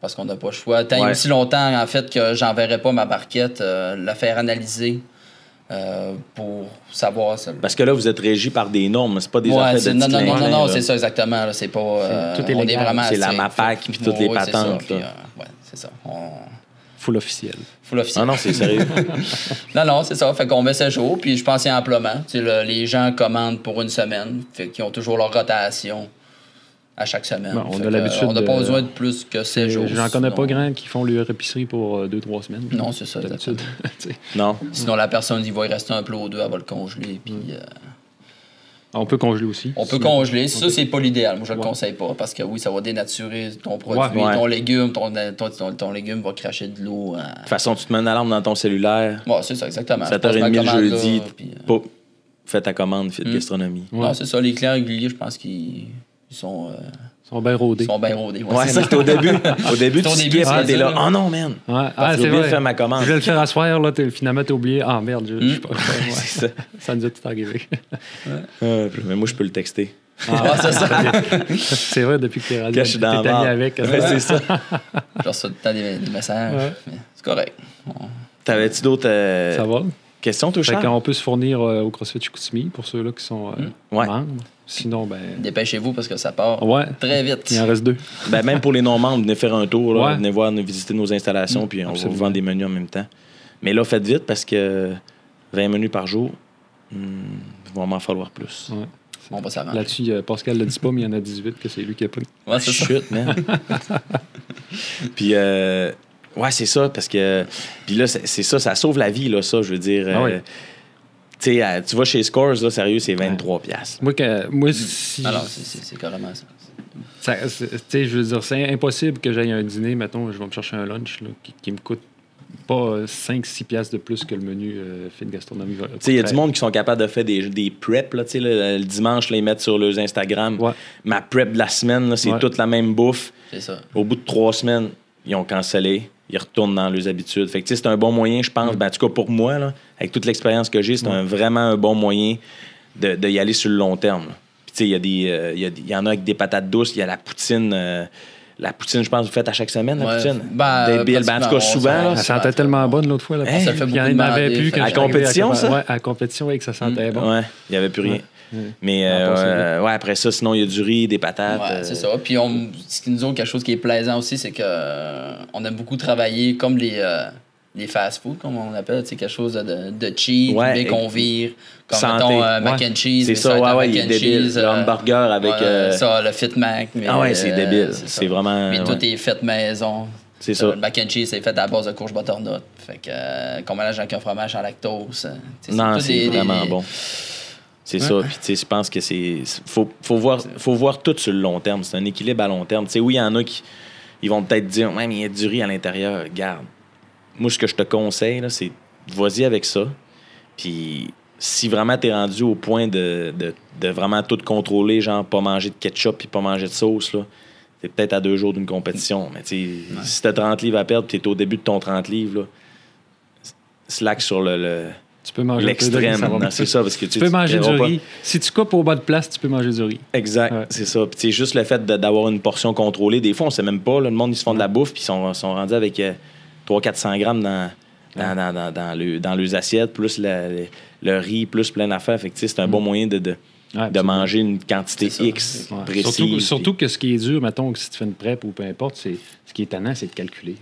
Speaker 3: parce qu'on n'a pas le choix. Tant et
Speaker 2: Ouais.
Speaker 3: aussi longtemps, en fait, que j'enverrai pas ma barquette, euh, la faire analyser euh, pour savoir. ça-
Speaker 2: Parce que là, vous êtes régi par des normes, c'est pas des
Speaker 3: Ouais,
Speaker 2: affaires de
Speaker 3: c'est- non, non,
Speaker 2: petits
Speaker 3: non, non,
Speaker 2: clins-clins,
Speaker 3: non,
Speaker 2: là.
Speaker 3: c'est ça exactement. là, c'est pas. euh,
Speaker 1: C'est- tout est
Speaker 3: on
Speaker 1: légal.
Speaker 3: vraiment.
Speaker 2: C'est la
Speaker 3: tu sais,
Speaker 2: MAPAC
Speaker 3: faut-
Speaker 2: puis toutes les
Speaker 3: ouais, c'est ça,
Speaker 2: patentes,
Speaker 3: puis,
Speaker 2: là.
Speaker 3: euh, ouais, c'est ça. On...
Speaker 1: Full officiel.
Speaker 3: Faut l'officier.
Speaker 2: Ah non, c'est sérieux.
Speaker 3: Non, non, c'est ça. Fait qu'on met ça jour, puis je pense qu'il y a amplement. Tu sais, là, les gens commandent pour une semaine, fait qu'ils ont toujours leur rotation à chaque semaine.
Speaker 1: Bon, on
Speaker 3: Fait
Speaker 1: a
Speaker 3: que,
Speaker 1: l'habitude
Speaker 3: On n'a pas
Speaker 1: de-
Speaker 3: besoin de plus que 7 jours.
Speaker 1: J'en connais
Speaker 3: sinon- euh,
Speaker 1: pas grand qui font leur épicerie pour 2-3 semaines.
Speaker 3: Non, c'est ça,
Speaker 1: D'habitude. Tu sais,
Speaker 2: non.
Speaker 3: Sinon, la personne, il va y rester un peu ou deux, elle va le congeler, puis
Speaker 1: Mm.
Speaker 3: euh,
Speaker 1: On peut congeler aussi.
Speaker 3: on peut
Speaker 1: Si-
Speaker 3: congeler. Ça, c'est pas l'idéal. Moi, je le
Speaker 1: Ouais.
Speaker 3: conseille pas, parce que oui, ça va dénaturer ton produit,
Speaker 2: Ouais.
Speaker 3: ton légume, ton, ton, ton- ton légume va cracher de l'eau. hein.
Speaker 2: De toute façon, tu te mets une alarme dans ton cellulaire,
Speaker 3: Ouais, c'est ça, exactement. Je passe ma
Speaker 2: 7h30
Speaker 3: commande,
Speaker 2: le
Speaker 3: là,
Speaker 2: jeudi,
Speaker 3: puis, euh,
Speaker 2: pop, fais ta commande, fit
Speaker 3: Hmm.
Speaker 2: gastronomie.
Speaker 1: Ouais.
Speaker 3: Non, c'est ça. Les clients réguliers, je pense qu'ils ils sont, euh,
Speaker 1: Ils sont bien rodés.
Speaker 3: ils sont bien rodés.
Speaker 2: Ouais,
Speaker 3: c'est
Speaker 2: ça,
Speaker 3: ça.
Speaker 2: c'était au début. Au début, tu
Speaker 3: C'est au début,
Speaker 2: skippes,
Speaker 3: c'est
Speaker 2: hein, t'es
Speaker 3: ça,
Speaker 2: là,
Speaker 3: là.
Speaker 2: oh non, man.
Speaker 1: Ouais.
Speaker 2: Parce
Speaker 1: Ah,
Speaker 2: que
Speaker 1: c'est
Speaker 2: j'ai oublié
Speaker 1: vrai.
Speaker 2: de faire ma commande.
Speaker 1: Je vais le faire asseoir, là, t'es- finalement, t'as oublié. Ah, merde, je, je suis
Speaker 3: Hmm.
Speaker 1: pas. Ouais.
Speaker 2: C'est ça.
Speaker 1: Ça nous a tout arrivé. Ah,
Speaker 2: Euh, mais moi, je peux le texter.
Speaker 3: Ouais, Ah, c'est ça.
Speaker 1: c'est vrai, depuis que t'es rendu,
Speaker 2: Cache
Speaker 1: t'es
Speaker 2: dans la
Speaker 1: allé
Speaker 2: barre.
Speaker 1: avec. euh,
Speaker 2: Ouais, c'est ça.
Speaker 3: Je reçois tout le temps des, des messages.
Speaker 1: Ouais.
Speaker 3: mais C'est correct.
Speaker 2: T'avais-tu d'autres euh,
Speaker 1: Ça va.
Speaker 2: questions, toi,
Speaker 1: Fait
Speaker 2: Charles?
Speaker 1: qu'on peut se fournir euh, au CrossFit Chicoutimi pour ceux-là qui sont euh,
Speaker 3: Hmm.
Speaker 2: Ouais.
Speaker 1: membres. Sinon, ben.
Speaker 3: Dépêchez-vous parce que ça part
Speaker 1: Ouais,
Speaker 3: très
Speaker 1: il
Speaker 3: vite.
Speaker 1: en reste deux.
Speaker 2: Ben, même pour les non-membres, venez faire un tour, là,
Speaker 1: Ouais.
Speaker 2: venez voir, nous visiter nos installations, puis on
Speaker 1: absolument.
Speaker 2: va vous vendre des menus en même temps. Mais là, faites vite parce que 20 menus par jour, hmm, il va m'en falloir plus.
Speaker 1: Ouais.
Speaker 3: On va s'arranger.
Speaker 1: Là-dessus, euh, Pascal le dit pas, mais il y en a 18 que c'est lui qui a pris.
Speaker 3: Ouais, Ah, c'est ça.
Speaker 2: Chute, man. puis, euh, ouais, c'est ça, parce que. Puis là, c'est c'est ça, ça sauve la vie, là, ça, je veux dire.
Speaker 1: Ah oui.
Speaker 2: euh, Tu sais, euh, tu vas chez Scores, là, sérieux, c'est 23 piastres.
Speaker 1: Moi, que-
Speaker 2: Mm.
Speaker 1: moi si.
Speaker 3: Alors, c'est- c'est c'est carrément ça.
Speaker 1: ça- c'est- tu sais, je veux dire, c'est impossible que j'aille à un dîner, mettons, je vais me chercher un lunch là, qui, qui me coûte pas 5-6 piastres de plus que le menu euh, Fit Gastronomie. va-
Speaker 2: Tu sais, il y a du monde qui sont capables de faire des, des preps, là, tu sais, le, le dimanche, là, ils mettent sur leurs Instagram.
Speaker 1: Ouais.
Speaker 2: Ma prep de la semaine, là, c'est
Speaker 1: Ouais.
Speaker 2: toute la même bouffe.
Speaker 3: C'est ça.
Speaker 2: Au bout de trois semaines, ils ont cancellé. Ils retournent dans leurs habitudes. Fait que, tu sais, c'est un bon moyen, je pense. Ben, en tout cas, pour moi, là, avec toute l'expérience que j'ai, c'est un- vraiment un bon moyen de, de y aller sur le long terme. là. Puis, tu sais, il y, a des, euh, il y, a des- il y en a avec des patates douces. Il y a la poutine. euh, la poutine, je pense, vous faites à chaque semaine, la
Speaker 3: Ouais.
Speaker 2: poutine.
Speaker 3: Ben, euh,
Speaker 2: Débile. Ben, en tout
Speaker 3: pratiquement,
Speaker 2: cas,
Speaker 3: on
Speaker 2: souvent,
Speaker 3: s'en-
Speaker 2: là,
Speaker 1: Elle sentait tellement bonne l'autre fois. Là,
Speaker 2: Hey,
Speaker 1: il y
Speaker 2: ça
Speaker 3: fait
Speaker 1: en
Speaker 3: beaucoup de
Speaker 1: avait
Speaker 3: demander,
Speaker 1: plus quand
Speaker 3: fait que-
Speaker 1: je
Speaker 2: À
Speaker 1: suis arrivé
Speaker 2: compétition,
Speaker 1: Cap-
Speaker 2: ça? Mm.
Speaker 1: Ouais, à compétition, oui, que ça sentait Ah, bon.
Speaker 2: Ouais, il n'y avait plus rien. Mais
Speaker 1: Non, pas
Speaker 2: euh, ouais, après ça, sinon, il y a du riz, des patates.
Speaker 3: Ouais,
Speaker 2: euh,
Speaker 3: c'est ça. Puis on, ce qui nous autres, quelque chose qui est plaisant aussi, c'est que euh, on aime beaucoup travailler comme les, euh, les fast-food, comme on appelle, c'est quelque chose de, de cheap,
Speaker 2: Ouais,
Speaker 3: mais qu'on
Speaker 2: et-
Speaker 3: vire, comme
Speaker 2: santé.
Speaker 3: mettons euh, mac
Speaker 1: Ouais.
Speaker 3: and cheese.
Speaker 2: C'est
Speaker 3: mais
Speaker 2: ça,
Speaker 3: va être un
Speaker 2: ouais, ouais, il
Speaker 3: mac
Speaker 2: est
Speaker 3: and
Speaker 2: débile.
Speaker 3: cheese,
Speaker 2: Le
Speaker 3: euh,
Speaker 2: hamburger avec.
Speaker 3: ouais,
Speaker 2: euh,
Speaker 3: ça, le fit mac. mais,
Speaker 2: ah ouais, c'est
Speaker 3: euh,
Speaker 2: débile. C'est
Speaker 3: ça.
Speaker 2: vraiment.
Speaker 3: Puis
Speaker 2: ouais,
Speaker 3: tout est fait maison.
Speaker 2: C'est
Speaker 3: Euh,
Speaker 2: ça.
Speaker 3: Le mac and cheese, c'est fait à la base de courge butternut. Fait que, euh, qu'on mélange avec un fromage en lactose. euh, tu sais,
Speaker 2: Non,
Speaker 3: tout
Speaker 2: c'est
Speaker 3: des- des-
Speaker 2: vraiment
Speaker 3: des-
Speaker 2: bon. C'est ça. Puis, tu sais, je pense que c'est. Faut, faut, voir, faut voir tout sur le long terme. C'est un équilibre à long terme. Tu sais, oui, il y en a qui ils vont peut-être dire Ouais, mais il y a du riz à l'intérieur. Garde. Moi, ce que je te conseille, là, c'est vas-y avec ça. Puis, si vraiment tu es rendu au point de, de, de vraiment tout contrôler, genre pas manger de ketchup puis pas manger de sauce, là, T'es peut-être à deux jours d'une compétition, mais tu sais, si t'as 30 livres à perdre, t'es au début de ton 30 livres, là, slack sur le- le
Speaker 1: Tu peux manger un peu de riz,
Speaker 2: l'extrême.
Speaker 1: ça va
Speaker 2: non,
Speaker 1: bien.
Speaker 2: C'est ça, parce que
Speaker 1: Tu peux manger du
Speaker 2: verras pas-
Speaker 1: riz. Si tu coupes au bas de place, tu peux manger du riz.
Speaker 2: Exact,
Speaker 1: Ouais.
Speaker 2: c'est ça. Puis tu sais, juste le fait de- d'avoir une portion contrôlée, des fois, on sait même pas. là, le monde, ils se font de la bouffe, puis ils sont, sont rendus avec euh, 300-400 grammes dans, dans, dans, dans, dans le- dans leurs assiettes, plus la- le, le riz, plus plein d'affaires. Fait que tu sais, c'est un bon moyen de, de,
Speaker 1: Ouais, Mm.
Speaker 2: de
Speaker 1: absolument.
Speaker 2: manger une quantité
Speaker 3: C'est ça.
Speaker 2: X
Speaker 1: Ouais.
Speaker 2: précise.
Speaker 1: Surtout,
Speaker 2: puis-
Speaker 1: surtout que ce qui est dur, mettons, que si tu fais une prep ou peu importe, c'est ce qui est tannant, c'est de calculer.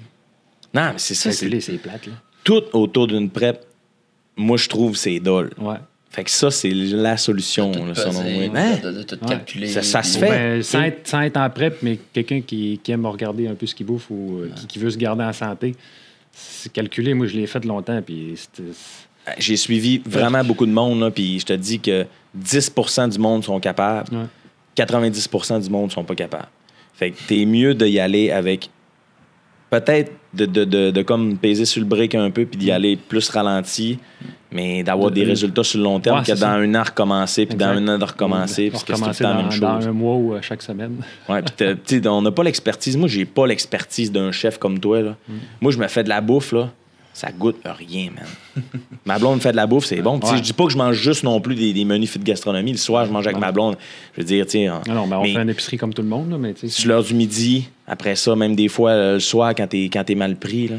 Speaker 2: Non, mais c'est ça. c'est-
Speaker 1: Calculer, c'est plate. Là.
Speaker 2: Tout autour d'une prep, moi, je trouve, c'est dole.
Speaker 1: Ouais.
Speaker 2: Fait que ça, c'est la solution,
Speaker 3: Tout
Speaker 2: là,
Speaker 3: peser,
Speaker 2: selon moi. Hein?
Speaker 3: de, de- de tout
Speaker 1: Ouais.
Speaker 3: calculer.
Speaker 2: Ça- ça se
Speaker 1: Ou
Speaker 2: fait.
Speaker 1: ben, sans,
Speaker 2: Oui.
Speaker 1: être, sans être en prep, mais quelqu'un qui, qui aime regarder un peu ce qu'il bouffe ou euh, qui, qui veut se garder en santé, c'est calculé. Moi, je l'ai fait longtemps, puis c'était-
Speaker 2: J'ai suivi vraiment beaucoup de monde, là, puis je te dis que 10 du monde sont capables.
Speaker 1: Ouais.
Speaker 2: 90 du monde sont pas capables. Fait que t'es mieux d'y aller avec peut-être de, de, de, de comme peser sur le brick un peu puis d'y aller plus ralenti, mais d'avoir
Speaker 1: De-
Speaker 2: des
Speaker 1: de-
Speaker 2: résultats sur le long terme
Speaker 1: Ouais,
Speaker 2: que
Speaker 1: c'est
Speaker 2: dans
Speaker 1: ça.
Speaker 2: un an recommencer puis dans
Speaker 1: Exact.
Speaker 2: un an de recommencer puis que c'est tout le
Speaker 1: recommencer
Speaker 2: temps la
Speaker 1: dans,
Speaker 2: même chose.
Speaker 1: dans un mois ou euh, chaque semaine.
Speaker 2: Ouais, puis t'as- tu sais, on n'a pas l'expertise. Moi, j'ai pas l'expertise d'un chef comme toi. Là.
Speaker 1: Mm.
Speaker 2: Moi, je me fais de la bouffe, là. Ça goûte à rien, man. ma blonde fait de la bouffe, c'est bon. Puis, tu sais,
Speaker 1: Ouais.
Speaker 2: Je dis pas que je mange juste non plus des, des menus fit de gastronomie. Le soir, je mange avec
Speaker 1: Non.
Speaker 2: ma blonde. Je veux dire, tu sais, en-
Speaker 1: Non, non, ben, on
Speaker 2: mais
Speaker 1: fait une épicerie comme tout le monde, là, mais tu sais,
Speaker 2: sur l'heure du midi, après ça, même des fois, euh, le soir, quand t'es, quand t'es mal pris, là,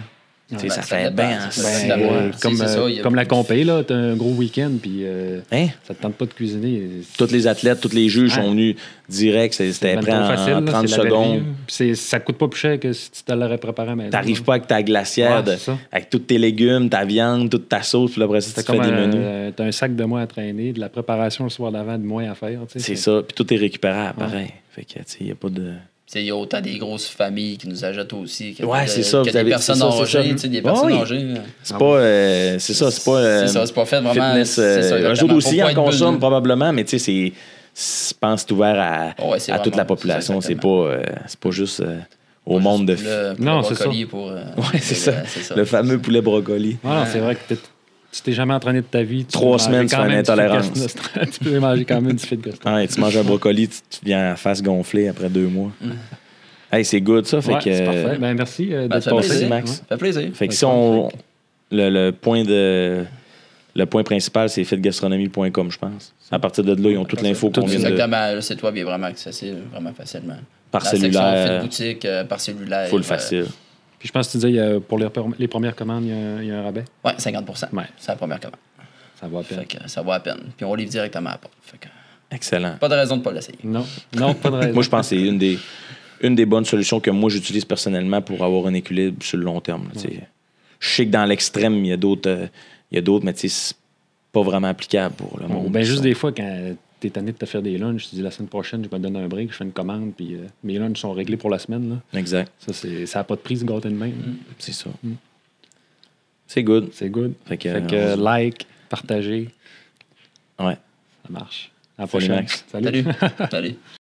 Speaker 2: tu sais,
Speaker 3: ben,
Speaker 2: ça,
Speaker 3: ça
Speaker 2: fait
Speaker 3: dépend,
Speaker 2: bien.
Speaker 3: ça,
Speaker 2: hein,
Speaker 3: c'est
Speaker 1: ben,
Speaker 2: c'est-
Speaker 3: la
Speaker 1: euh,
Speaker 3: moindre.
Speaker 1: comme,
Speaker 3: C'est ça,
Speaker 1: euh,
Speaker 3: il y a-
Speaker 1: comme la compé, là, t'as un gros week-end, puis euh,
Speaker 2: Hein?
Speaker 1: ça te tente pas de cuisiner.
Speaker 2: Tous les athlètes, tous les juges
Speaker 1: Ouais.
Speaker 2: sont venus direct. c'est- C'était
Speaker 1: Ben,
Speaker 2: prêt
Speaker 1: trop
Speaker 2: en
Speaker 1: facile, là,
Speaker 2: 30
Speaker 1: c'est la belle vie,
Speaker 2: secondes.
Speaker 1: là. Puis c'est- ça coûte pas plus cher que si tu te l'aurais préparé à la maison.
Speaker 2: T'arrives
Speaker 1: là.
Speaker 2: pas avec ta glacière,
Speaker 1: Ouais,
Speaker 2: de-
Speaker 1: c'est ça.
Speaker 2: avec tous tes légumes, ta viande, toute ta sauce, puis là, après ça,
Speaker 1: C'est
Speaker 2: tu fais
Speaker 1: comme
Speaker 2: des
Speaker 1: un,
Speaker 2: menus.
Speaker 1: euh, t'as un sac de moins à traîner, de la préparation le soir d'avant, de moins à faire. tu sais.
Speaker 2: C'est ça. Puis tout est récupérable, pareil. Fait que, tu sais, il n'y a pas de.
Speaker 3: Tu sais, Il y a autant des grosses familles qui nous ajoutent aussi. Que,
Speaker 2: Ouais,
Speaker 3: que-
Speaker 2: c'est ça,
Speaker 3: que
Speaker 2: vous
Speaker 3: des
Speaker 2: avez-
Speaker 3: personnes
Speaker 2: c'est ça, c'est
Speaker 3: âgées,
Speaker 2: ça.
Speaker 3: tu sais, des
Speaker 2: Ah
Speaker 3: personnes
Speaker 2: oui.
Speaker 3: âgées.
Speaker 2: C'est pas. euh, c'est ça, c'est pas. euh,
Speaker 3: Ah c'est ça, c'est pas fait vraiment.
Speaker 2: fitness.
Speaker 3: c'est ça,
Speaker 2: euh, eux
Speaker 3: exactement.
Speaker 2: autres
Speaker 3: Faut
Speaker 2: aussi
Speaker 3: pas
Speaker 2: en
Speaker 3: être
Speaker 2: consomment
Speaker 3: bulle.
Speaker 2: probablement, mais tu sais, c'est. c'est- Je pense que c'est ouvert à,
Speaker 3: Ouais, c'est
Speaker 2: à toute
Speaker 3: vraiment-
Speaker 2: la population.
Speaker 3: c'est
Speaker 2: C'est pas, euh, c'est pas juste euh, au monde de.
Speaker 3: Le,
Speaker 1: Non,
Speaker 3: non,
Speaker 1: c'est
Speaker 3: c'est
Speaker 1: ça.
Speaker 3: Pour, euh,
Speaker 2: Ouais, c'est ça.
Speaker 3: euh,
Speaker 2: Le fameux poulet brocoli.
Speaker 1: Ah non, c'est vrai que t'es- tu t'es jamais entraîné de ta vie. tu
Speaker 2: Trois
Speaker 1: peux manger
Speaker 2: semaines, tu
Speaker 1: quand
Speaker 2: fais
Speaker 1: même
Speaker 2: une
Speaker 1: du fil de
Speaker 2: intolérance.
Speaker 1: gaston- tu peux manger quand même du fil de gaston.
Speaker 2: Ah, et tu manges un brocoli, tu, tu viens la face gonflée après deux mois.
Speaker 3: Mm.
Speaker 2: hey, c'est good ça. Fait
Speaker 1: Ouais,
Speaker 2: que,
Speaker 1: c'est parfait. Ben, merci euh,
Speaker 3: Ben,
Speaker 1: d'être
Speaker 3: ça fait
Speaker 1: passé.
Speaker 2: Merci,
Speaker 3: plaisir.
Speaker 2: Max.
Speaker 3: Ça fait plaisir.
Speaker 2: Fait que si on. Le, le point de. Le point principal, c'est fitgastronomie.com, je pense. À partir de là, ils ont toute l'info qu'on vient de.
Speaker 3: Exactement, là, c'est toi, mais vraiment accessible, vraiment facilement.
Speaker 2: Par
Speaker 3: La section
Speaker 2: cellulaire.
Speaker 3: Fit boutique, euh, par cellulaire.
Speaker 2: Full
Speaker 3: euh,
Speaker 2: facile.
Speaker 1: Puis je pense que tu disais, il y a- pour les, reprom- les premières commandes, il y a un- il y, a un rabais.
Speaker 3: ouais, 50
Speaker 1: Ouais.
Speaker 3: C'est la première commande.
Speaker 1: Ça va à peine.
Speaker 3: Fait que ça vaut à peine. Puis on livre directement à la porte. Fait que
Speaker 2: Excellent.
Speaker 3: pas de raison de pas l'essayer.
Speaker 1: Non, non, pas de raison.
Speaker 2: Moi, je pense que c'est une des, une des bonnes solutions que moi, j'utilise personnellement pour avoir un équilibre sur le long terme. là, tu sais. Je sais que dans l'extrême, il y a d'autres, euh, il y a d'autres, mais tu sais, c'est pas vraiment applicable pour le monde.
Speaker 1: Ou bien
Speaker 2: qui
Speaker 1: ben, juste
Speaker 2: sont-
Speaker 1: des fois, quand t'es tanné de te faire des lunchs, tu dis la semaine prochaine, je vais me donner un break, je fais une commande, puis euh, mes lunchs sont réglés pour la semaine. Là.
Speaker 2: Exact,
Speaker 1: Ça, c'est- ça n'a pas de prix, ce gâteau de main. là.
Speaker 2: c'est ça. C'est good.
Speaker 1: C'est good.
Speaker 2: Fait que,
Speaker 1: Mm. Fait que
Speaker 2: euh,
Speaker 1: like, partager,
Speaker 2: Ouais.
Speaker 1: ça marche. À la
Speaker 2: Salut,
Speaker 1: prochaine.
Speaker 2: Max.
Speaker 3: Salut. Salut.